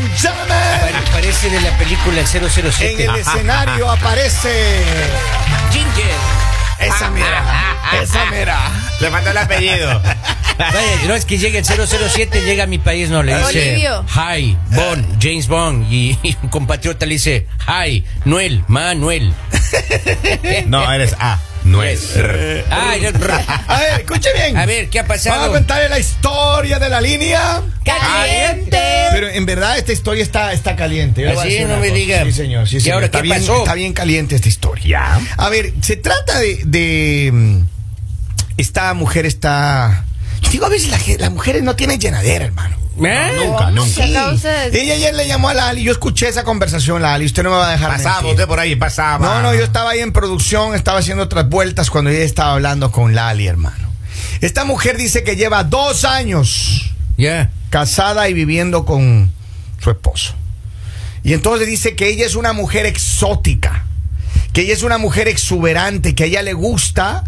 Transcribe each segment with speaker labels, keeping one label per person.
Speaker 1: gentlemen.
Speaker 2: Parece de la película el 007.
Speaker 1: En el
Speaker 3: Este.
Speaker 1: escenario aparece
Speaker 2: Ginger. Ah,
Speaker 1: esa mera. Esa mera.
Speaker 3: Le faltó el apellido.
Speaker 2: Vaya, no es que llegue el 007, llega a mi país, no, le dice
Speaker 4: Olivio.
Speaker 2: Hi, Bon, James Bond. Y, y un compatriota le dice Hi, Noel, Manuel.
Speaker 3: No, eres A. No es. R.
Speaker 2: Ah, ya-
Speaker 1: A ver, escuche bien.
Speaker 2: a ver, ¿qué ha
Speaker 1: Vamos a
Speaker 2: pasado?
Speaker 1: contarle la historia de la línea.
Speaker 2: ¡Caliente!
Speaker 1: Pero en verdad esta historia está, está caliente. Yo le voy a
Speaker 2: Así,
Speaker 1: decir
Speaker 2: no
Speaker 1: una
Speaker 2: me
Speaker 1: cosa.
Speaker 2: diga.
Speaker 1: Sí, señor. Sí,
Speaker 2: ¿Y
Speaker 1: señor.
Speaker 2: ahora
Speaker 1: está
Speaker 2: qué
Speaker 1: bien,
Speaker 2: pasó?
Speaker 1: Está bien caliente esta historia.
Speaker 3: Ya.
Speaker 1: A ver, se trata de, de, mm, esta mujer está. Yo digo a veces la gen- las mujeres no tienen llenadera, hermano.
Speaker 2: ¿Eh?
Speaker 3: Nunca, nunca.
Speaker 4: ¿Qué causa es?
Speaker 1: Ella ayer le llamó a la Ali, yo escuché esa conversación, la Ali, usted no me va a dejar
Speaker 3: Pasaba,
Speaker 1: mentir.
Speaker 3: usted por ahí, pasaba.
Speaker 1: No, no, yo estaba ahí en producción, estaba haciendo otras vueltas cuando ella estaba hablando con Lali, hermano. Esta mujer dice que lleva dos años
Speaker 2: Ya.
Speaker 1: casada y viviendo con su esposo. Y entonces dice que ella es una mujer exótica, que ella es una mujer exuberante, que a ella le gusta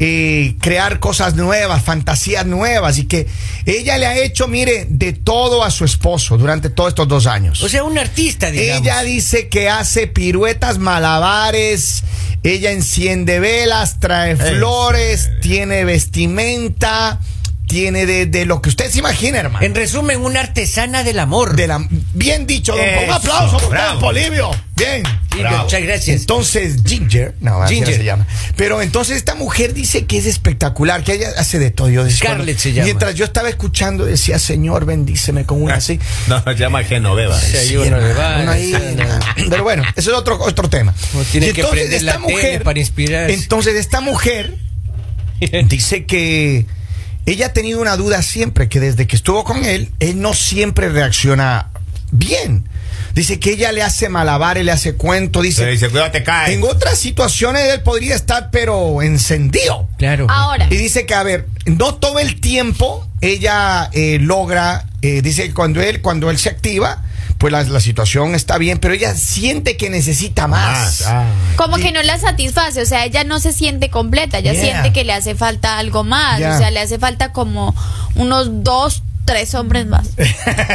Speaker 1: eh, crear cosas nuevas, fantasías nuevas, y que ella le ha hecho, mire, de todo a su esposo durante todos estos dos años.
Speaker 2: O sea, un artista, digamos.
Speaker 1: Ella dice que hace piruetas, malabares, ella enciende velas, trae flores,
Speaker 2: eh.
Speaker 1: tiene vestimenta, tiene de, de lo que usted se imagina, hermano.
Speaker 2: En resumen, una artesana del amor.
Speaker 1: De la- bien dicho, don Pol- Un
Speaker 3: Eso,
Speaker 1: aplauso por usted,
Speaker 3: bravo.
Speaker 1: don Polibio. Bien.
Speaker 2: Sí,
Speaker 3: Bravo.
Speaker 2: Muchas gracias.
Speaker 1: Entonces, Ginger, no, así no
Speaker 2: Ginger.
Speaker 1: se llama. Pero entonces esta mujer dice que es espectacular, que ella hace de todo. Yo decía,
Speaker 2: Scarlett
Speaker 1: cuando-
Speaker 2: se llama.
Speaker 1: Mientras yo estaba escuchando, decía, Señor, bendíceme con una así.
Speaker 3: No, se llama Genoveva.
Speaker 2: Sí, hay uno de
Speaker 1: Ah, no
Speaker 2: varios,
Speaker 1: hay-
Speaker 2: ya, no.
Speaker 1: Pero bueno, ese es otro, otro tema.
Speaker 2: Uno tiene
Speaker 1: Y
Speaker 2: que prender la tele para inspirarse.
Speaker 1: Entonces, esta mujer dice que ella ha tenido una duda siempre, que desde que estuvo con él, él no siempre reacciona bien. Dice que ella le hace malabares, le hace cuento,
Speaker 3: Se
Speaker 1: dice...
Speaker 3: dice, cuidado, te cae.
Speaker 1: En otras situaciones él podría estar, pero encendido.
Speaker 2: Claro.
Speaker 4: Ahora,
Speaker 1: Y dice que, a ver, no todo el tiempo ella eh, logra, eh, dice que cuando él, cuando él se activa, pues la, la situación está bien, pero ella siente que necesita más.
Speaker 3: Más, ah.
Speaker 4: como que no la satisface, o sea, ella no se siente completa, ella
Speaker 1: Yeah.
Speaker 4: siente que le hace falta algo más,
Speaker 1: Yeah.
Speaker 4: o sea, le hace falta como unos dos, tres hombres más.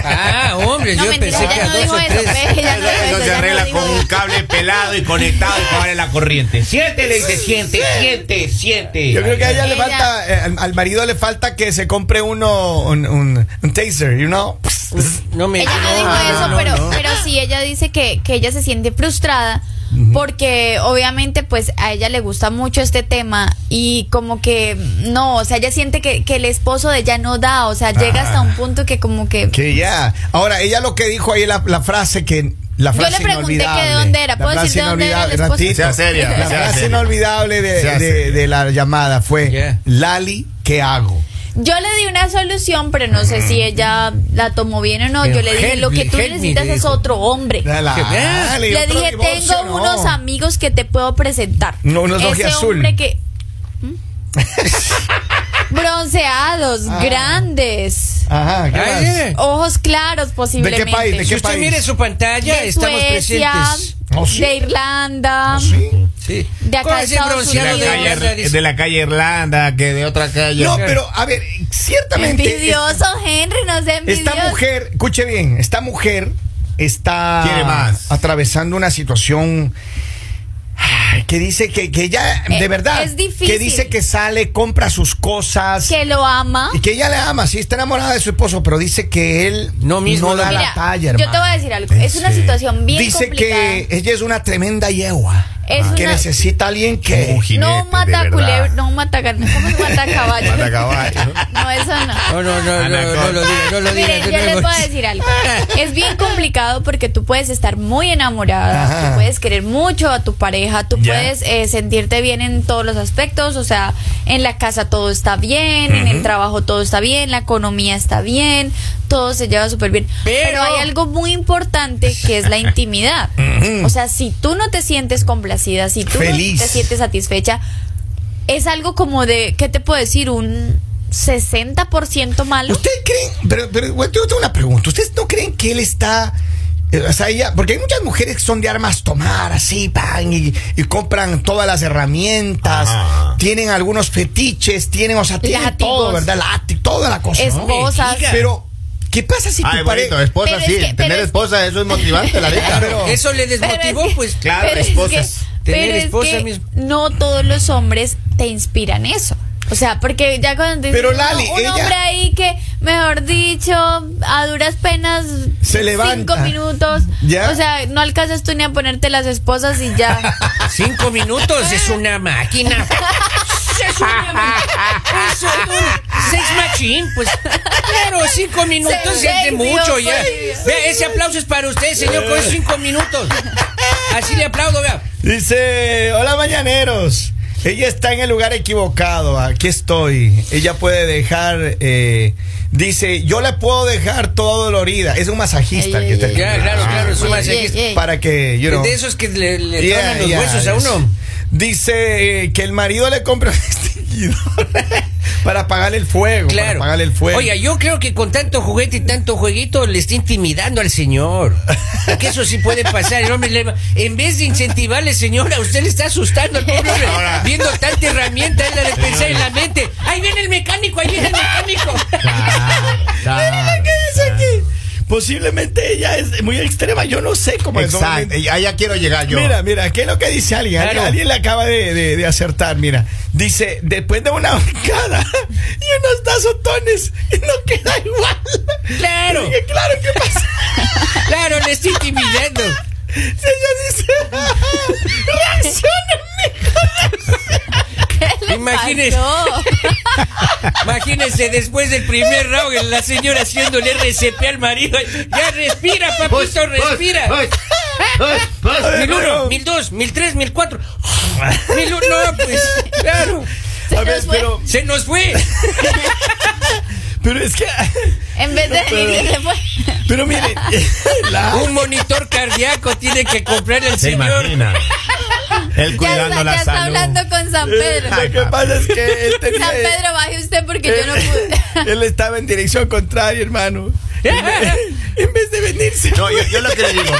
Speaker 2: Ah, hombre,
Speaker 4: No,
Speaker 2: yo
Speaker 4: mentira,
Speaker 2: pensé
Speaker 4: ella
Speaker 2: que a
Speaker 4: no
Speaker 2: dos
Speaker 4: dijo
Speaker 2: o
Speaker 4: eso, pues.
Speaker 2: tres.
Speaker 4: ve, ella no dijo eso,
Speaker 3: Eso se
Speaker 4: ella no
Speaker 3: arregla
Speaker 4: dijo
Speaker 3: con
Speaker 4: eso.
Speaker 3: un cable pelado y conectado y para la corriente. Siente, le dice, siente, siente, siente.
Speaker 1: Yo creo que a ella le
Speaker 4: Ella-
Speaker 1: falta, eh, al, al marido le falta que se compre uno, un, un- un taser, you know.
Speaker 2: Pues, No me
Speaker 4: Ella no dijo eso,
Speaker 2: no,
Speaker 4: pero,
Speaker 2: Ah, no.
Speaker 4: pero sí, ella dice que, que ella se siente frustrada porque obviamente pues a ella le gusta mucho este tema y como que no, o sea, ella siente que, que el esposo de ella no da, o sea, llega hasta un punto que como que...
Speaker 1: Que ya. Ahora, ella lo que dijo ahí, la, la frase que. La
Speaker 4: Yo
Speaker 1: frase
Speaker 4: le pregunté que de
Speaker 1: inolvidable.
Speaker 4: dónde era.
Speaker 1: La
Speaker 4: ¿Puedo
Speaker 1: frase
Speaker 4: decir de dónde era el
Speaker 1: inolvidable,
Speaker 4: esposo?
Speaker 1: ratito.
Speaker 3: Sea seria,
Speaker 1: La
Speaker 3: sea
Speaker 1: frase
Speaker 3: seria.
Speaker 1: inolvidable de,
Speaker 3: Sea
Speaker 1: de-
Speaker 3: seria.
Speaker 1: de la llamada fue:
Speaker 2: Yeah.
Speaker 1: Lali, ¿qué hago?
Speaker 4: Yo le di una solución, pero no sé si ella la tomó bien o no.
Speaker 2: Pero
Speaker 4: Yo le dije,
Speaker 2: help
Speaker 4: lo que
Speaker 2: me,
Speaker 4: tú
Speaker 2: help me",
Speaker 4: necesitas
Speaker 2: le
Speaker 4: es
Speaker 2: dijo.
Speaker 4: otro hombre.
Speaker 1: La- la-
Speaker 2: Que veas.
Speaker 1: Lali,
Speaker 4: Le
Speaker 1: otro
Speaker 4: dije,
Speaker 1: divorcio,
Speaker 4: tengo
Speaker 1: no.
Speaker 4: unos amigos que te puedo presentar.
Speaker 1: No, unos
Speaker 4: Ese
Speaker 1: ojos azul.
Speaker 4: hombre que... ¿Mm? Bronceados, grandes,
Speaker 1: Ajá, Ah. ¿qué
Speaker 2: Ah,
Speaker 1: más?
Speaker 2: yeah.
Speaker 4: ojos claros posiblemente.
Speaker 1: país? ¿De
Speaker 2: Si
Speaker 1: qué
Speaker 2: usted
Speaker 1: país?
Speaker 2: mire su pantalla,
Speaker 4: pues. De
Speaker 2: estamos
Speaker 4: Suecia,
Speaker 2: presentes.
Speaker 1: Oh, sí. Oh,
Speaker 4: de Irlanda.
Speaker 1: Sí.
Speaker 2: Sí.
Speaker 4: De acá
Speaker 2: Con
Speaker 4: de
Speaker 2: ese
Speaker 4: Estados
Speaker 3: De
Speaker 2: bronceado
Speaker 3: la,
Speaker 4: Unidos.
Speaker 2: de Irlanda,
Speaker 3: calle,
Speaker 2: dice.
Speaker 3: de la calle Irlanda, que de otra calle.
Speaker 1: No, pero a ver, ciertamente.
Speaker 4: Envidioso, Henry, no sé, envidioso.
Speaker 1: Esta mujer, escuche bien, esta mujer está
Speaker 3: Quiere más.
Speaker 1: atravesando una situación ay, que dice que, que ella, de
Speaker 4: Eh,
Speaker 1: verdad,
Speaker 4: es difícil.
Speaker 1: que dice que sale, compra sus cosas.
Speaker 4: Que lo ama.
Speaker 1: Y que ella le ama, sí, está enamorada de su esposo, pero dice que él
Speaker 2: No mismo,
Speaker 1: no
Speaker 2: no.
Speaker 1: da la
Speaker 4: Mira,
Speaker 1: talla,
Speaker 4: yo te voy
Speaker 1: hermano.
Speaker 4: a
Speaker 1: Este,
Speaker 4: decir algo. Es una situación bien
Speaker 1: Dice
Speaker 4: complicada.
Speaker 1: que ella es una tremenda yegua.
Speaker 4: Es
Speaker 1: que
Speaker 4: una-
Speaker 1: necesita a alguien que.
Speaker 3: Un jinete,
Speaker 4: no
Speaker 3: de
Speaker 4: mata
Speaker 3: verdad.
Speaker 4: culebra, no mata gar- ¿cómo es mata caballo?
Speaker 3: Mata caballo.
Speaker 4: No, eso no.
Speaker 2: No, no, no, no, no,
Speaker 3: Anaconda.
Speaker 2: lo diga, no lo diga.
Speaker 4: Miren,
Speaker 2: de
Speaker 4: yo les
Speaker 2: nuevo.
Speaker 4: voy a decir algo. Es bien complicado porque tú puedes estar muy enamorada,
Speaker 1: Ajá.
Speaker 4: tú puedes querer mucho a tu pareja, tú
Speaker 3: Ya.
Speaker 4: puedes eh, sentirte bien en todos los aspectos, o sea, en la casa todo está bien, en el trabajo todo está bien, la economía está bien, todo se lleva súper bien.
Speaker 2: Pero-
Speaker 4: Pero, hay algo muy importante que es la intimidad. O sea, si tú no te sientes complacida, si tú
Speaker 1: Feliz.
Speaker 4: no te sientes satisfecha, es algo como de, ¿qué te puedo decir? Un 60% malo.
Speaker 1: ¿Ustedes creen? Pero, pero bueno, yo tengo una pregunta. ¿Ustedes no creen que él está.? eh, O sea, ella, porque hay muchas mujeres que son de armas tomar, así, pan, y, y compran todas las herramientas,
Speaker 3: Ajá.
Speaker 1: tienen algunos fetiches, tienen, o sea, tienen
Speaker 4: Látigos.
Speaker 1: todo, ¿verdad? Látigo, toda la cosa. ¿no?
Speaker 4: Esposas.
Speaker 1: ¿Ah, Pero ¿Qué pasa si
Speaker 5: Ay,
Speaker 1: tu pareja...
Speaker 5: bonito, esposa
Speaker 4: Pero es
Speaker 5: sí.
Speaker 4: que- pero
Speaker 5: Tener
Speaker 4: es-
Speaker 5: esposa, eso es motivante, la neta.
Speaker 1: Claro.
Speaker 2: Eso le desmotivó,
Speaker 4: Pero es que-
Speaker 2: pues.
Speaker 5: Claro,
Speaker 4: pero es
Speaker 5: esposas.
Speaker 4: que-
Speaker 2: Tener
Speaker 4: pero es
Speaker 2: esposa
Speaker 4: que
Speaker 2: mismo.
Speaker 4: No todos los hombres te inspiran eso. O sea, porque ya cuando
Speaker 1: Pero,
Speaker 4: uno-
Speaker 1: Lali,
Speaker 4: un
Speaker 1: ella-
Speaker 4: hombre ahí que, mejor dicho, a duras penas
Speaker 1: Se levanta.
Speaker 4: cinco minutos.
Speaker 1: ¿Ya?
Speaker 4: O sea, no alcanzas tú ni a ponerte las esposas y ya.
Speaker 2: Cinco minutos es una máquina. Es una máquina. Es un sex machine, pues. Claro, cinco minutos
Speaker 4: Se
Speaker 2: es de
Speaker 4: venció,
Speaker 2: mucho ya.
Speaker 4: pues.
Speaker 2: Vea, ese aplauso es para usted, señor,
Speaker 1: Eh.
Speaker 2: con esos cinco minutos. Así le aplaudo, vea.
Speaker 1: Dice, hola mañaneros. Ella está en el lugar equivocado. Aquí estoy. Ella puede dejar. eh, dice, yo la puedo dejar toda dolorida. Es un masajista el
Speaker 4: Ey,
Speaker 1: que
Speaker 4: ey,
Speaker 1: está
Speaker 4: ey.
Speaker 1: aquí.
Speaker 2: Ya, claro, claro, es un
Speaker 4: Ey,
Speaker 2: masajista.
Speaker 4: ey, ey.
Speaker 1: Para que, you know.
Speaker 2: De esos que le, le
Speaker 1: Yeah,
Speaker 2: tronan los
Speaker 1: yeah,
Speaker 2: huesos a
Speaker 1: yes.
Speaker 2: uno.
Speaker 1: Dice eh, que el marido le compra un extinguidor para apagarle el fuego. Para
Speaker 2: Claro.
Speaker 1: apagarle el fuego.
Speaker 2: Oiga, yo creo que con tanto juguete y tanto jueguito le está intimidando al señor. Que eso sí puede pasar. El hombre le va- en vez de incentivarle, señora, usted le está asustando al pobre hombre. Viendo tanta herramienta, él le pensar en la mente. Ahí viene el mecánico, ahí viene el mecánico.
Speaker 3: Ah,
Speaker 1: Mira lo que dice aquí. Posiblemente ella es muy extrema. Yo no sé cómo
Speaker 4: Pues,
Speaker 1: es.
Speaker 5: Exacto. y Allá quiero llegar yo.
Speaker 1: Mira, mira, ¿qué es lo que dice alguien? Alguien-
Speaker 2: Claro.
Speaker 1: Alguien le acaba de, de- de acertar, mira. Dice, después de una horcada y unos tazotones, no queda igual.
Speaker 2: Claro.
Speaker 1: Dije, claro, ¿qué pasa?
Speaker 2: Claro, le está intimidando.
Speaker 1: Ella dice, reacciona.
Speaker 2: Imagínese,
Speaker 4: Pasó.
Speaker 2: imagínese después del primer round, la señora haciéndole RCP al marido. Ya respira,
Speaker 5: Pues,
Speaker 2: papito,
Speaker 5: pues,
Speaker 2: respira.
Speaker 5: pues, pues, pues.
Speaker 2: Mil uno, mil dos, mil tres, mil cuatro. Mil uno, no, pues, claro.
Speaker 4: Se
Speaker 1: A ver,
Speaker 4: nos fue.
Speaker 1: pero,
Speaker 2: Se nos fue.
Speaker 1: pero es que,
Speaker 4: En vez de venir, se fue.
Speaker 1: pero mire, la-
Speaker 2: Un monitor cardíaco tiene que comprar el
Speaker 5: Se
Speaker 2: señor.
Speaker 5: imagina. Él
Speaker 4: Ya
Speaker 5: cuidando
Speaker 4: está, ya
Speaker 5: la
Speaker 4: está
Speaker 5: salud.
Speaker 4: hablando con San Pedro.
Speaker 1: lo que pasa es que él tenía-
Speaker 4: San Pedro, baje usted porque yo no pude.
Speaker 1: Él estaba en dirección contraria, hermano. En vez de venirse.
Speaker 5: No, yo, yo lo que le digo.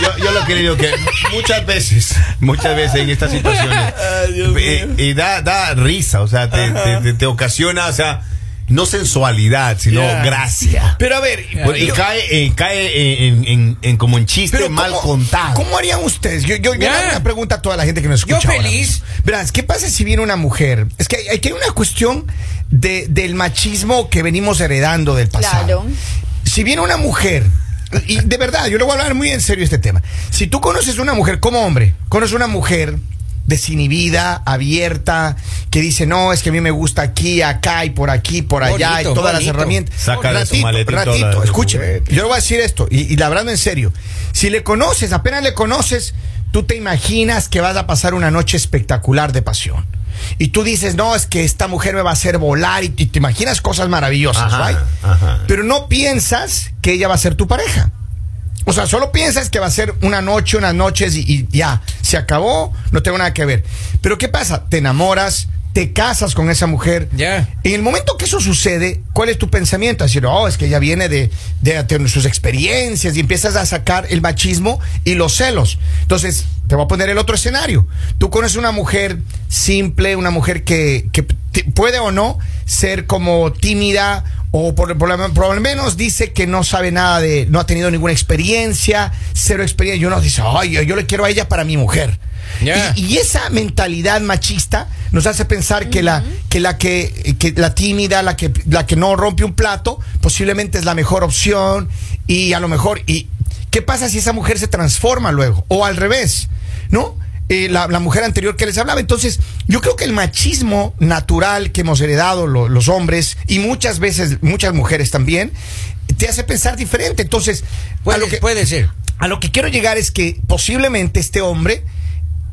Speaker 5: Yo, yo lo que le digo que muchas veces, muchas veces en estas situaciones.
Speaker 1: Ay, Dios mío.
Speaker 5: eh, y da, da risa, o sea, te, te- te- te ocasiona, o sea, no sensualidad, sino
Speaker 1: Ya.
Speaker 5: gracia.
Speaker 1: Pero a ver,
Speaker 5: Bueno, y
Speaker 1: yo-
Speaker 5: cae, eh, cae en, en- en- en como en chiste
Speaker 1: Pero
Speaker 5: mal
Speaker 1: ¿cómo-
Speaker 5: contado.
Speaker 1: ¿Cómo harían ustedes? Yo, yo, yo
Speaker 2: Ya.
Speaker 1: le hago una pregunta a toda la gente que nos
Speaker 2: Yo
Speaker 1: escucha. ahora
Speaker 2: feliz.
Speaker 1: mismo. Verás, ¿qué pasa si viene una mujer? Es que hay- hay, que hay una cuestión de- del machismo que venimos heredando del pasado.
Speaker 4: Claro.
Speaker 1: Si viene una mujer, y de verdad, yo le voy a hablar muy en serio este tema. Si tú conoces una mujer como hombre, conoces una mujer desinhibida, abierta, que dice, no, es que a mí me gusta aquí, acá y por aquí, por allá,
Speaker 2: Bonito,
Speaker 1: y
Speaker 2: bonito.
Speaker 1: todas las herramientas.
Speaker 5: Saca de su maletín todas
Speaker 1: ratito,
Speaker 5: las-
Speaker 1: escúcheme, yo le voy a decir esto, y, y la verdad no en serio. Si le conoces, apenas le conoces, tú te imaginas que vas a pasar una noche espectacular de pasión. Y tú dices, no, es que esta mujer me va a hacer volar, y, y te imaginas cosas maravillosas,
Speaker 5: Ajá,
Speaker 1: ¿right?
Speaker 5: ajá.
Speaker 1: Pero no piensas que ella va a ser tu pareja. O sea, solo piensas que va a ser una noche, unas noches y, y ya, se acabó, no tengo nada que ver. Pero ¿qué pasa? Te enamoras, te casas con esa mujer.
Speaker 2: Ya.
Speaker 1: En el momento que eso sucede, ¿cuál es tu pensamiento? Decir, oh, es que ella viene de, de tener sus experiencias y empiezas a sacar el machismo y los celos. Entonces, te voy a poner el otro escenario. Tú conoces una mujer simple, una mujer que, que te- puede o no ser como tímida o por, por lo- por lo menos dice que no sabe nada de, no ha tenido ninguna experiencia, cero experiencia. Y uno dice, ay, yo, yo le quiero a ella para mi mujer.
Speaker 2: Ya.
Speaker 1: Y- y esa mentalidad machista nos hace pensar que la que la que, que la tímida, la que la que no rompe un plato, posiblemente es la mejor opción y a lo mejor y ¿qué pasa si esa mujer se transforma luego o al revés, ¿no? Eh, la, la mujer anterior que les hablaba. Entonces, yo creo que el machismo natural que hemos heredado lo- los hombres y muchas veces muchas mujeres también te hace pensar diferente. Entonces, a lo
Speaker 2: Puede,
Speaker 1: que-
Speaker 2: puede ser.
Speaker 1: a lo que quiero llegar es que posiblemente este hombre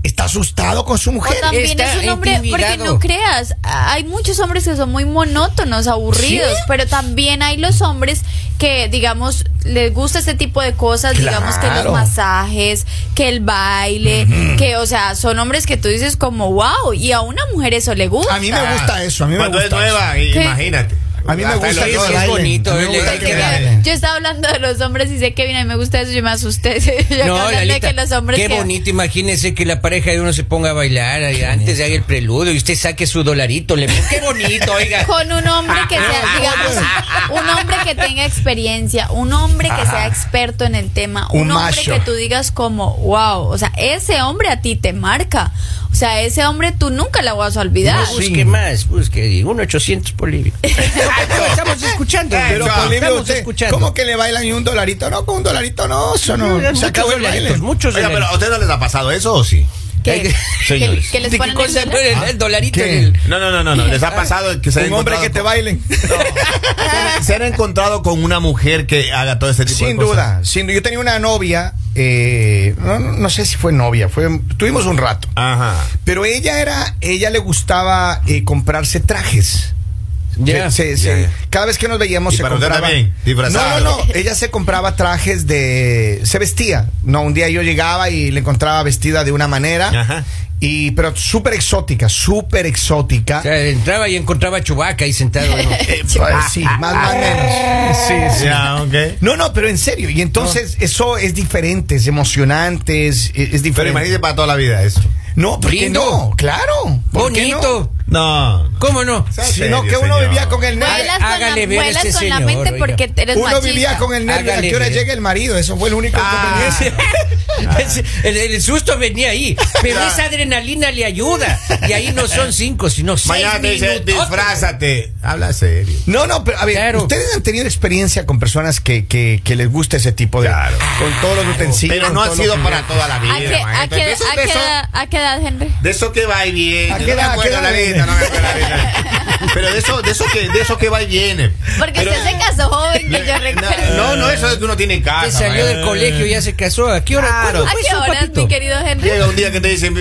Speaker 1: está asustado con su
Speaker 4: O
Speaker 1: mujer.
Speaker 4: también
Speaker 2: Está
Speaker 4: es un hombre, porque
Speaker 2: intimidado.
Speaker 4: no creas, a- hay muchos hombres que son muy monótonos, aburridos, pero también hay los hombres que, digamos, les gusta este tipo de cosas, digamos que
Speaker 1: Claro.
Speaker 4: los masajes, que el baile, que, o sea, son hombres que tú dices como, wow, y a una mujer eso le gusta.
Speaker 1: A mí me gusta eso, a mí me
Speaker 5: Cuando
Speaker 1: gusta.
Speaker 5: es
Speaker 1: eso.
Speaker 5: nueva, i-
Speaker 4: ¿Qué?
Speaker 5: imagínate.
Speaker 1: A mí me
Speaker 5: Hasta
Speaker 1: gusta
Speaker 5: los
Speaker 1: que
Speaker 5: dos
Speaker 1: me
Speaker 5: es
Speaker 1: bailen.
Speaker 2: bonito,
Speaker 1: Me
Speaker 2: el-
Speaker 1: gusta
Speaker 2: el-
Speaker 1: que me
Speaker 2: el-
Speaker 1: bailen.
Speaker 4: Yo estaba hablando de los hombres y sé que viene, me gusta eso, yo me asusté. Yo acá hablando de
Speaker 2: Lalita,
Speaker 4: que los hombres
Speaker 2: qué
Speaker 4: que-
Speaker 2: bonito, imagínese que la pareja de uno se ponga a bailar eh, antes de hacer el preludio y usted saque su dolarito. Le... Qué bonito, oiga.
Speaker 4: con un hombre que sea, digamos, un hombre que tenga experiencia, un hombre que sea experto en el tema, un,
Speaker 1: Un
Speaker 4: hombre
Speaker 1: macho.
Speaker 4: que tú digas como, wow, o sea, ese hombre a ti te marca, o sea, ese hombre tú nunca la vas a olvidar.
Speaker 2: No busque más, Pues, busque 1-800 Polivio. estamos escuchando,
Speaker 1: Pero
Speaker 2: estamos
Speaker 1: Polibio, usted,
Speaker 2: escuchando.
Speaker 1: ¿cómo que le bailan y un dolarito? No, con un dolarito no, eso no.
Speaker 2: Muchos
Speaker 1: Se acabó el
Speaker 2: dolaritos,
Speaker 1: baile.
Speaker 2: Muchos
Speaker 5: Oiga, pero ¿a
Speaker 2: dolaritos.
Speaker 5: ustedes no les ha pasado eso o sí?
Speaker 4: que, que-
Speaker 5: Señores.
Speaker 4: que les
Speaker 2: ¿De
Speaker 4: ponen
Speaker 2: qué
Speaker 4: el
Speaker 2: cosa
Speaker 4: celular.
Speaker 2: el, el dolarito
Speaker 1: Ah, ¿Qué?
Speaker 2: en el-
Speaker 5: No, no, no, no, no. ¿Les ha pasado que se han
Speaker 1: Un hombre
Speaker 5: encontrado
Speaker 1: que te
Speaker 5: con-
Speaker 1: bailen.
Speaker 5: se han encontrado con una mujer que haga todo este tipo de
Speaker 1: Sin
Speaker 5: cosas?
Speaker 1: duda, sin duda. Yo tenía una novia, eh, no, no- no sé si fue novia, fue, tuvimos un rato.
Speaker 5: Ajá.
Speaker 1: Pero ella era, ella le gustaba eh, comprarse trajes.
Speaker 2: Ya.
Speaker 1: Se- se-
Speaker 5: ya,
Speaker 1: se-
Speaker 5: ya.
Speaker 1: Cada vez que nos veíamos
Speaker 5: Y
Speaker 1: se
Speaker 5: para usted
Speaker 1: compraba.
Speaker 5: también,
Speaker 1: no,
Speaker 5: disfrazado.
Speaker 1: no, no. Ella se compraba trajes de. Se vestía. No, un día yo llegaba y la encontraba vestida de una manera.
Speaker 5: Ajá.
Speaker 1: Y, pero súper exótica, súper exótica.
Speaker 2: O sea, entraba y encontraba a Chubaca ahí sentado. ¿no?
Speaker 1: Eh, pues, sí, más, más menos. Sí, sí.
Speaker 5: Ya, ok.
Speaker 1: No, no, pero en serio. Y entonces eso es diferente, es emocionante, es, es- es
Speaker 5: Pero
Speaker 1: diferente.
Speaker 5: imagínese para toda la vida eso.
Speaker 1: no, ¿por qué
Speaker 2: Lindo.
Speaker 1: no? Claro. ¿por qué no?
Speaker 2: Bonito.
Speaker 5: No. no.
Speaker 2: ¿Cómo no?
Speaker 5: Sea
Speaker 1: Si
Speaker 5: serio,
Speaker 1: no, que uno
Speaker 5: señor.
Speaker 1: vivía con el nervio.
Speaker 4: Vuelas con la,
Speaker 2: Hágale ver a
Speaker 4: vuelas
Speaker 2: este
Speaker 4: con la
Speaker 2: señor,
Speaker 4: mente
Speaker 2: oiga.
Speaker 4: porque eres
Speaker 1: Uno
Speaker 4: machista.
Speaker 1: vivía con el nervio de a
Speaker 2: Hágale
Speaker 1: qué hora
Speaker 2: bien.
Speaker 1: llega el marido. Eso fue el único
Speaker 5: Ah.
Speaker 1: inconveniente.
Speaker 2: Ese- el, el susto venía ahí, pero esa adrenalina le ayuda. Y ahí no son cinco, sino seis
Speaker 5: Mañana te dice,
Speaker 2: minutos.
Speaker 5: disfrázate. Habla serio.
Speaker 1: No, no, pero a ver,
Speaker 2: Claro.
Speaker 1: ustedes han tenido experiencia con personas que, que, que les gusta ese tipo de.
Speaker 5: Claro.
Speaker 1: Con todos los utensilios.
Speaker 5: Pero no
Speaker 1: con
Speaker 5: ha
Speaker 1: todo lo
Speaker 5: sido
Speaker 1: que-
Speaker 5: para toda la vida.
Speaker 4: ¿A qué, a
Speaker 5: maestro.
Speaker 4: qué-
Speaker 5: de, eso,
Speaker 4: a
Speaker 5: de,
Speaker 4: qué
Speaker 5: eso,
Speaker 4: edad, a qué edad, Henry?
Speaker 5: de eso que va y viene.
Speaker 1: ¿A qué
Speaker 5: No me
Speaker 1: edad- a qué
Speaker 5: acuerdo
Speaker 1: edad
Speaker 5: la
Speaker 1: viene?
Speaker 5: vida, no me acuerdo la vida. Pero de eso, de eso que, de eso que va y viene.
Speaker 4: Porque
Speaker 5: Pero-
Speaker 4: usted se casó joven, que yo recuerdo.
Speaker 5: No, no, eso es que uno tiene en casa.
Speaker 2: Que salió del
Speaker 5: maestro.
Speaker 2: colegio y ya se casó. ¿A qué hora?
Speaker 5: Claro.
Speaker 2: ¿Cuándo
Speaker 4: ¿A
Speaker 2: fue
Speaker 4: qué
Speaker 2: eso,
Speaker 4: horas,
Speaker 2: papito?
Speaker 4: mi querido Henry?
Speaker 5: Llega un día que te dicen,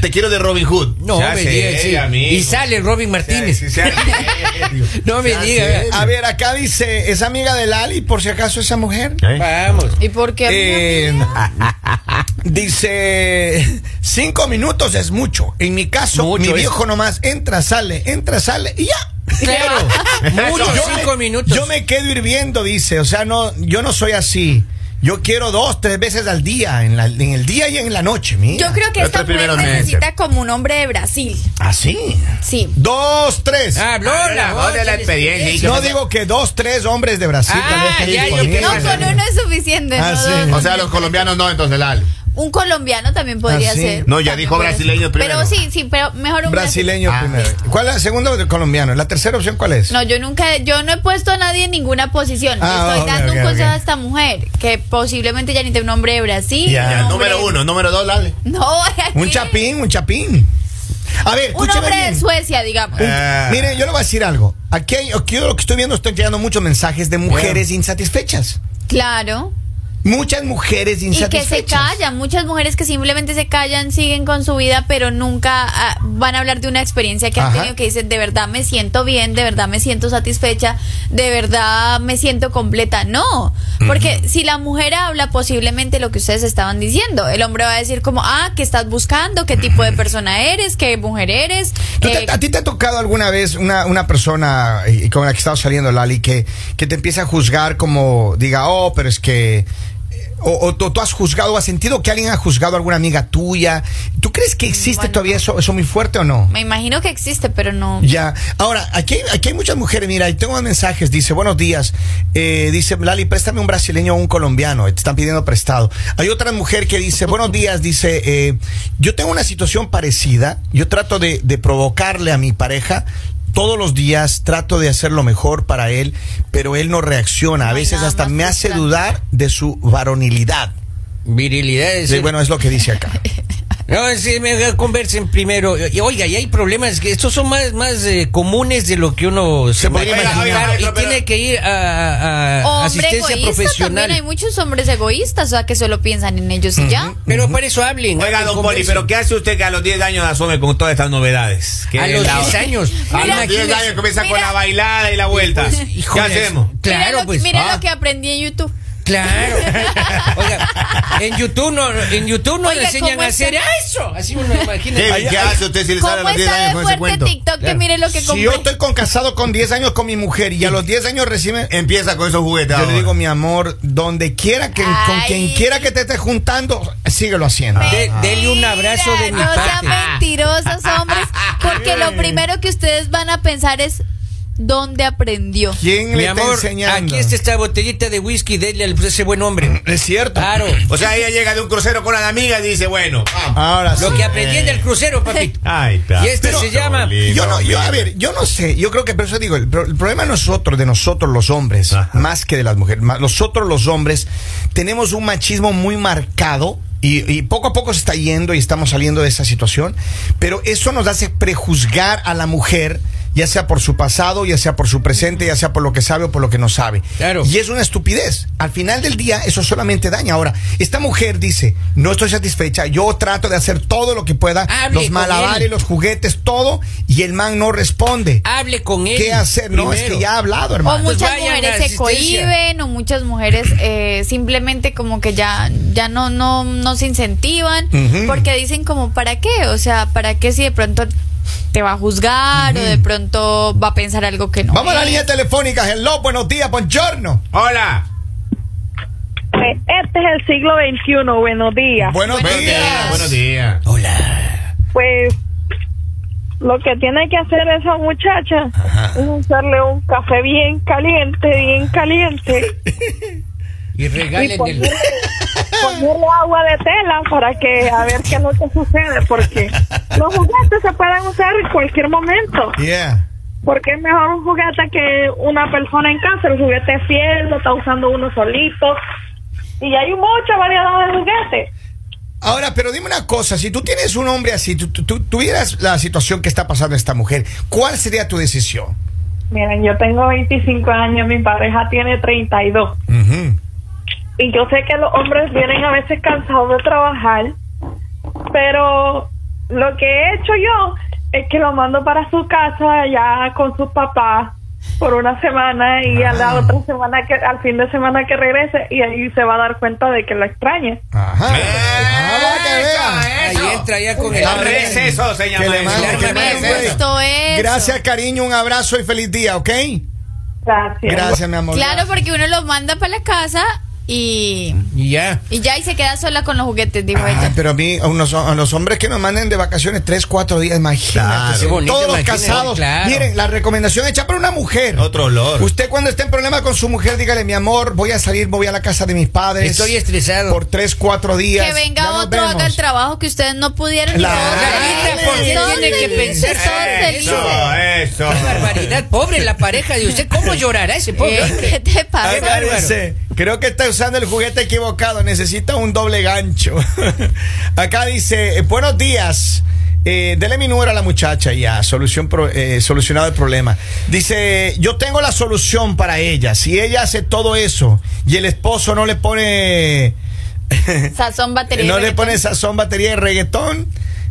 Speaker 5: te quiero de Robin Hood.
Speaker 2: No
Speaker 5: Sea
Speaker 2: me diga, sí.
Speaker 5: serio, amigo.
Speaker 2: Y sale Robin Martínez.
Speaker 5: Sea- sea serio.
Speaker 2: No me
Speaker 5: Sea
Speaker 2: diga. ah,
Speaker 5: serio.
Speaker 1: A ver, acá dice, es amiga de Lali, por si acaso esa mujer.
Speaker 5: ¿Eh?
Speaker 2: Vamos.
Speaker 4: ¿Y por qué?
Speaker 1: Eh, dice, cinco minutos es mucho. En mi caso,
Speaker 2: Mucho
Speaker 1: mi
Speaker 2: es.
Speaker 1: viejo nomás entra, sale, entra, sale y ya.
Speaker 2: Claro. Muchos
Speaker 1: Yo
Speaker 2: cinco
Speaker 1: me-
Speaker 2: minutos.
Speaker 1: Yo me quedo hirviendo, dice. O sea, no, yo no soy así. Yo quiero dos, tres veces al día, en, la- en el día y en la noche, mira.
Speaker 4: Yo creo que
Speaker 5: Los
Speaker 4: esta
Speaker 5: tres
Speaker 4: mujer
Speaker 5: primeros meses.
Speaker 4: necesita como un hombre de Brasil.
Speaker 1: Así.
Speaker 4: Sí.
Speaker 1: ¿Ah, Dos, tres.
Speaker 2: Ah,
Speaker 5: Habla,
Speaker 2: Lola.
Speaker 5: habla de la
Speaker 2: oye,
Speaker 5: experiencia.
Speaker 2: les-
Speaker 5: y que
Speaker 1: no
Speaker 5: me-
Speaker 1: digo que dos, tres hombres de Brasil.
Speaker 2: Ah,
Speaker 1: tal vez que
Speaker 2: ya, yo
Speaker 1: disponibles.
Speaker 4: No, con uno es suficiente.
Speaker 1: Ah,
Speaker 4: no
Speaker 1: sí.
Speaker 4: dos.
Speaker 5: O sea, los colombianos no, entonces, Lali.
Speaker 4: Un colombiano también podría
Speaker 1: Ah, sí.
Speaker 4: ser.
Speaker 5: No, ya
Speaker 4: También
Speaker 5: dijo
Speaker 4: puede ser.
Speaker 5: brasileño primero.
Speaker 4: Pero sí, sí, pero mejor un
Speaker 1: Brasileño
Speaker 5: Ah.
Speaker 1: primero. ¿Cuál es la segunda? El Colombiano. ¿La tercera opción cuál es?
Speaker 4: No, yo nunca, yo no he puesto a nadie en ninguna posición.
Speaker 1: Ah,
Speaker 4: Estoy
Speaker 1: ok,
Speaker 4: dando
Speaker 1: ok,
Speaker 4: un consejo
Speaker 1: ok.
Speaker 4: a esta mujer que posiblemente ya ni tiene un hombre de Brasil.
Speaker 1: Ya,
Speaker 5: Ya,
Speaker 4: un hombre-
Speaker 5: número uno, número dos, Lali.
Speaker 4: No, aquí-
Speaker 1: Un chapín, un chapín. A ver,
Speaker 4: Un
Speaker 1: escúcheme
Speaker 4: hombre
Speaker 1: bien.
Speaker 4: de Suecia, digamos.
Speaker 5: Ah.
Speaker 1: Un- Mire, yo le voy a decir algo. Aquí hay- aquí yo lo que estoy viendo, estoy llegando muchos mensajes de mujeres insatisfechas.
Speaker 4: Claro.
Speaker 1: Muchas mujeres
Speaker 4: Y que
Speaker 1: insatisfechas.
Speaker 4: se callan. Muchas mujeres que simplemente se callan, siguen con su vida, pero nunca ah, van a hablar de una experiencia que han
Speaker 1: Ajá.
Speaker 4: tenido que dicen, de verdad me siento bien, de verdad me siento satisfecha, de verdad me siento completa. No, porque si la mujer habla posiblemente lo que ustedes estaban diciendo, el hombre va a decir como, ah, ¿qué estás buscando? ¿Qué tipo de persona eres? ¿Qué mujer eres?
Speaker 1: ¿Tú te-
Speaker 4: Eh,
Speaker 1: ¿A ti te ha tocado alguna vez una, una persona eh, con la que estás saliendo, Lali, que, que te empieza a juzgar como, diga, oh, pero es que... eh, O, o tú, tú has juzgado, o has sentido que alguien ha juzgado a alguna amiga tuya. ¿Tú crees que existe
Speaker 4: Bueno.
Speaker 1: todavía eso, eso muy fuerte o no?
Speaker 4: me imagino que existe, pero no.
Speaker 1: Ya. Ahora, aquí, hay- aquí hay muchas mujeres. Mira, y tengo más mensajes. Dice, buenos días. Eh, dice, Lali, préstame un brasileño o un colombiano. eh, Te están pidiendo prestado. Hay otra mujer que dice, buenos días. Dice, eh, yo tengo una situación parecida. Yo trato de, de provocarle a mi pareja. Todos los días trato de hacer lo mejor para él, pero él no reacciona. A
Speaker 4: No hay
Speaker 1: veces
Speaker 4: nada
Speaker 1: hasta
Speaker 4: más
Speaker 1: me hace
Speaker 4: frustrante.
Speaker 1: dudar de su varonilidad.
Speaker 2: Virilidad. es
Speaker 1: Sí,
Speaker 2: el-
Speaker 1: bueno, es lo que dice acá.
Speaker 2: No, sí, me- conversen primero. Y, Oiga, y hay problemas que estos son más, más eh, comunes de lo que uno se, podría
Speaker 5: podría
Speaker 2: imaginar.
Speaker 5: imaginar,
Speaker 2: y
Speaker 5: pero-
Speaker 2: tiene que ir a, a- a
Speaker 4: Hombre
Speaker 2: asistencia
Speaker 4: egoísta también, hay
Speaker 2: profesional.
Speaker 4: muchos hombres egoístas, o sea, que solo piensan en ellos y ya.
Speaker 2: Pero para eso hablen.
Speaker 5: Oiga,
Speaker 2: hablen,
Speaker 5: don Poli,
Speaker 2: conversen.
Speaker 5: pero ¿qué hace usted que a los 10 años asome con todas estas novedades? ¿Qué
Speaker 2: A
Speaker 5: es
Speaker 2: los
Speaker 5: la-
Speaker 2: 10 años.
Speaker 5: A
Speaker 4: Mira,
Speaker 5: los 10 años comienza con
Speaker 4: mira.
Speaker 5: la bailada y la vuelta.
Speaker 2: Pues,
Speaker 5: ¿Qué
Speaker 2: híjole,
Speaker 5: hacemos?
Speaker 4: Mira
Speaker 2: Claro,
Speaker 4: lo-
Speaker 2: pues.
Speaker 4: mira
Speaker 2: ah,
Speaker 4: lo que aprendí en YouTube.
Speaker 2: Claro. Oiga, en YouTube no, en YouTube no
Speaker 4: Oiga,
Speaker 2: le enseñan
Speaker 4: ¿cómo
Speaker 2: a hacer
Speaker 4: está?
Speaker 2: eso. Así uno imagina.
Speaker 5: ¿Qué, qué hace usted si le sale a
Speaker 4: ¿Cómo
Speaker 5: los 10
Speaker 4: está
Speaker 5: años
Speaker 4: de
Speaker 5: con ese
Speaker 4: fuerte
Speaker 5: cuento?
Speaker 4: TikTok que
Speaker 2: Claro.
Speaker 4: mire lo que
Speaker 1: Si yo
Speaker 4: compré?
Speaker 1: estoy con, casado con 10 años con mi mujer y a los 10 años recibe...
Speaker 5: Empieza con esos juguetes.
Speaker 1: Yo
Speaker 5: ahora.
Speaker 1: le digo, mi amor, donde quiera que, con
Speaker 4: Ay.
Speaker 1: quien quiera que te estés juntando, síguelo haciendo.
Speaker 2: De- dele un abrazo de mi
Speaker 4: Mira,
Speaker 2: parte.
Speaker 4: No sean mentirosos, hombres, porque lo primero que ustedes van a pensar es dónde aprendió.
Speaker 1: ¿Quién
Speaker 2: Mi
Speaker 1: le está
Speaker 2: amor,
Speaker 1: enseñando?
Speaker 2: aquí está esta botellita de whisky, dele al ese buen hombre.
Speaker 1: Es cierto.
Speaker 2: Claro.
Speaker 5: O sea, ella llega de un crucero con una amiga y dice, bueno, vamos.
Speaker 1: Ahora sí.
Speaker 2: Lo que aprendí en el crucero, papito.
Speaker 5: Ay, está.
Speaker 2: Y este se llama-
Speaker 1: Yo no, yo, a ver, yo no sé, yo creo que por eso digo, el, pro- el problema de nosotros, de nosotros los hombres,
Speaker 5: Ajá.
Speaker 1: más que de las mujeres, ma- nosotros los hombres tenemos un machismo muy marcado y, y poco a poco se está yendo y estamos saliendo de esa situación, pero eso nos hace prejuzgar a la mujer, ya sea por su pasado, ya sea por su presente, ya sea por lo que sabe o por lo que no sabe.
Speaker 2: Claro.
Speaker 1: Y es una estupidez. Al final del día eso solamente daña. Ahora, esta mujer dice, no estoy satisfecha, yo trato de hacer todo lo que pueda,
Speaker 2: Hable
Speaker 1: los
Speaker 2: con
Speaker 1: malabares,
Speaker 2: él.
Speaker 1: los juguetes, todo, y el man no responde.
Speaker 2: Hable con él.
Speaker 1: ¿Qué hacer? No, es
Speaker 2: Ah, primero.
Speaker 1: que ya ha hablado,
Speaker 4: O
Speaker 1: hermano.
Speaker 2: Pues
Speaker 4: muchas
Speaker 2: vayan a
Speaker 4: mujeres se
Speaker 2: asistencia.
Speaker 4: cohiben, o muchas mujeres eh, simplemente como que ya, ya no, no, no se incentivan,
Speaker 1: Ujú.
Speaker 4: porque dicen como para qué, o sea, para qué si de pronto te va a juzgar o de pronto va a pensar algo que no.
Speaker 1: Vamos a la
Speaker 4: es.
Speaker 1: línea telefónica. Hello, buenos días, buongiorno.
Speaker 5: Hola.
Speaker 6: Eh, Este es el siglo XXI, buenos días.
Speaker 1: Buenos
Speaker 5: Buenos días.
Speaker 1: días.
Speaker 5: Buenos días.
Speaker 6: Pues lo que tiene que hacer esa muchacha es hacerle un café bien caliente, bien caliente,
Speaker 2: Y regálenle.
Speaker 6: ponerle, ponerle agua de tela para que a ver qué es lo que sucede, porque los juguetes se pueden usar en cualquier momento.
Speaker 1: Yeah.
Speaker 6: Porque es mejor un juguete que una persona en casa. El juguete es fiel, lo está usando uno solito. Y hay mucha variedad de juguetes.
Speaker 1: Ahora, pero dime una cosa, si tú tienes un hombre así, tú, tú- tú tuvieras la situación que está pasando esta mujer, ¿cuál sería tu decisión?
Speaker 6: Miren, yo tengo 25 años, mi pareja tiene 32. Y yo sé que los hombres vienen a veces cansados de trabajar, pero lo que he hecho yo es que lo mando para su casa ya con sus papás por una semana y a la otra semana que al fin de semana que regrese y ahí se va a dar cuenta de que lo extraña.
Speaker 1: Ajá. Vamos a que vean.
Speaker 2: Ahí entra ya con el
Speaker 5: La receso se llama
Speaker 1: Que le
Speaker 5: eso.
Speaker 1: mande, que le
Speaker 4: Me
Speaker 1: mande.
Speaker 2: Bueno,
Speaker 4: gustó eso.
Speaker 1: Gracias, cariño, un abrazo y feliz día, ¿ok?
Speaker 6: Gracias.
Speaker 1: Gracias, mi amor.
Speaker 4: Claro, porque uno lo manda para la casa y,
Speaker 2: Y ya.
Speaker 4: y ya y se queda sola con los juguetes, dijo
Speaker 1: Ay,
Speaker 4: ella.
Speaker 1: Ah, pero a mí, a, unos- a los hombres que nos manden de vacaciones 3, 4 días, imagínate.
Speaker 5: Claro.
Speaker 1: sí,
Speaker 5: Qué
Speaker 2: bonito,
Speaker 1: todos los
Speaker 2: imagínate,
Speaker 1: casados.
Speaker 2: claro.
Speaker 1: Miren, la recomendación hecha por una mujer.
Speaker 5: Otro olor.
Speaker 1: Usted cuando esté en problema con su mujer, dígale, mi amor, voy a salir, voy a la casa de mis padres.
Speaker 2: Estoy estresado.
Speaker 1: Por 3, 4 días.
Speaker 4: Que
Speaker 1: Ya
Speaker 4: venga
Speaker 1: nos
Speaker 4: otro, haga el
Speaker 1: vemos.
Speaker 4: trabajo que ustedes no pudieron. y
Speaker 1: La-
Speaker 4: todos
Speaker 2: Carita,
Speaker 4: felices,
Speaker 2: ¿por qué
Speaker 4: todos
Speaker 2: tiene que
Speaker 4: felices,
Speaker 2: pensar
Speaker 4: todos
Speaker 2: eso?
Speaker 4: felices.
Speaker 5: Eso,
Speaker 2: Qué barbaridad. Pobre la pareja de usted. ¿Cómo llorará ese pobre
Speaker 4: Eh, ¿Qué
Speaker 2: hombre?
Speaker 4: te
Speaker 1: Ay,
Speaker 4: pasa?
Speaker 2: bárbaro.
Speaker 1: dice, Creo que está usando el juguete equivocado. Necesita un doble gancho. Acá dice, eh, buenos días. Eh, dele mi número a la muchacha y ya, solución pro- eh, solucionado el problema. Dice, yo tengo la solución para ella. Si ella hace todo eso y el esposo no le pone,
Speaker 4: Sazón batería. y
Speaker 1: no le
Speaker 4: reggaetón.
Speaker 1: pone sazón, batería y reggaetón,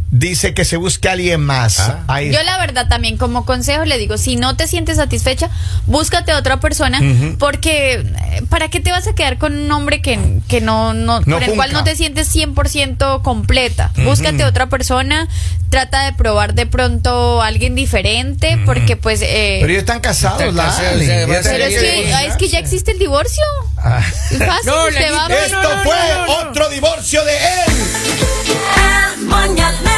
Speaker 1: dice que se busque a alguien más.
Speaker 5: Ah.
Speaker 1: Ahí
Speaker 4: Yo la verdad también como consejo le digo, si no te sientes satisfecha, búscate a otra persona porque eh, ¿para qué te vas a quedar con un hombre que, que no, no,
Speaker 1: No
Speaker 4: con el cual
Speaker 1: junca.
Speaker 4: no te sientes 100% completa? Búscate otra persona, trata de probar de pronto a alguien diferente porque pues... eh,
Speaker 1: Pero ellos están casados,
Speaker 2: Están
Speaker 1: Lali.
Speaker 2: casados, o sea,
Speaker 1: Ellos
Speaker 2: va a
Speaker 1: están
Speaker 4: pero
Speaker 2: ser
Speaker 1: casados.
Speaker 4: es que, ah, es que ya existe el divorcio.
Speaker 1: Ah.
Speaker 4: Es fácil,
Speaker 2: No,
Speaker 4: usted
Speaker 2: Lalita,
Speaker 4: va-
Speaker 2: no,
Speaker 1: Esto
Speaker 2: no,
Speaker 1: fue
Speaker 2: no, no, no.
Speaker 1: otro divorcio de él.
Speaker 7: El Mañanero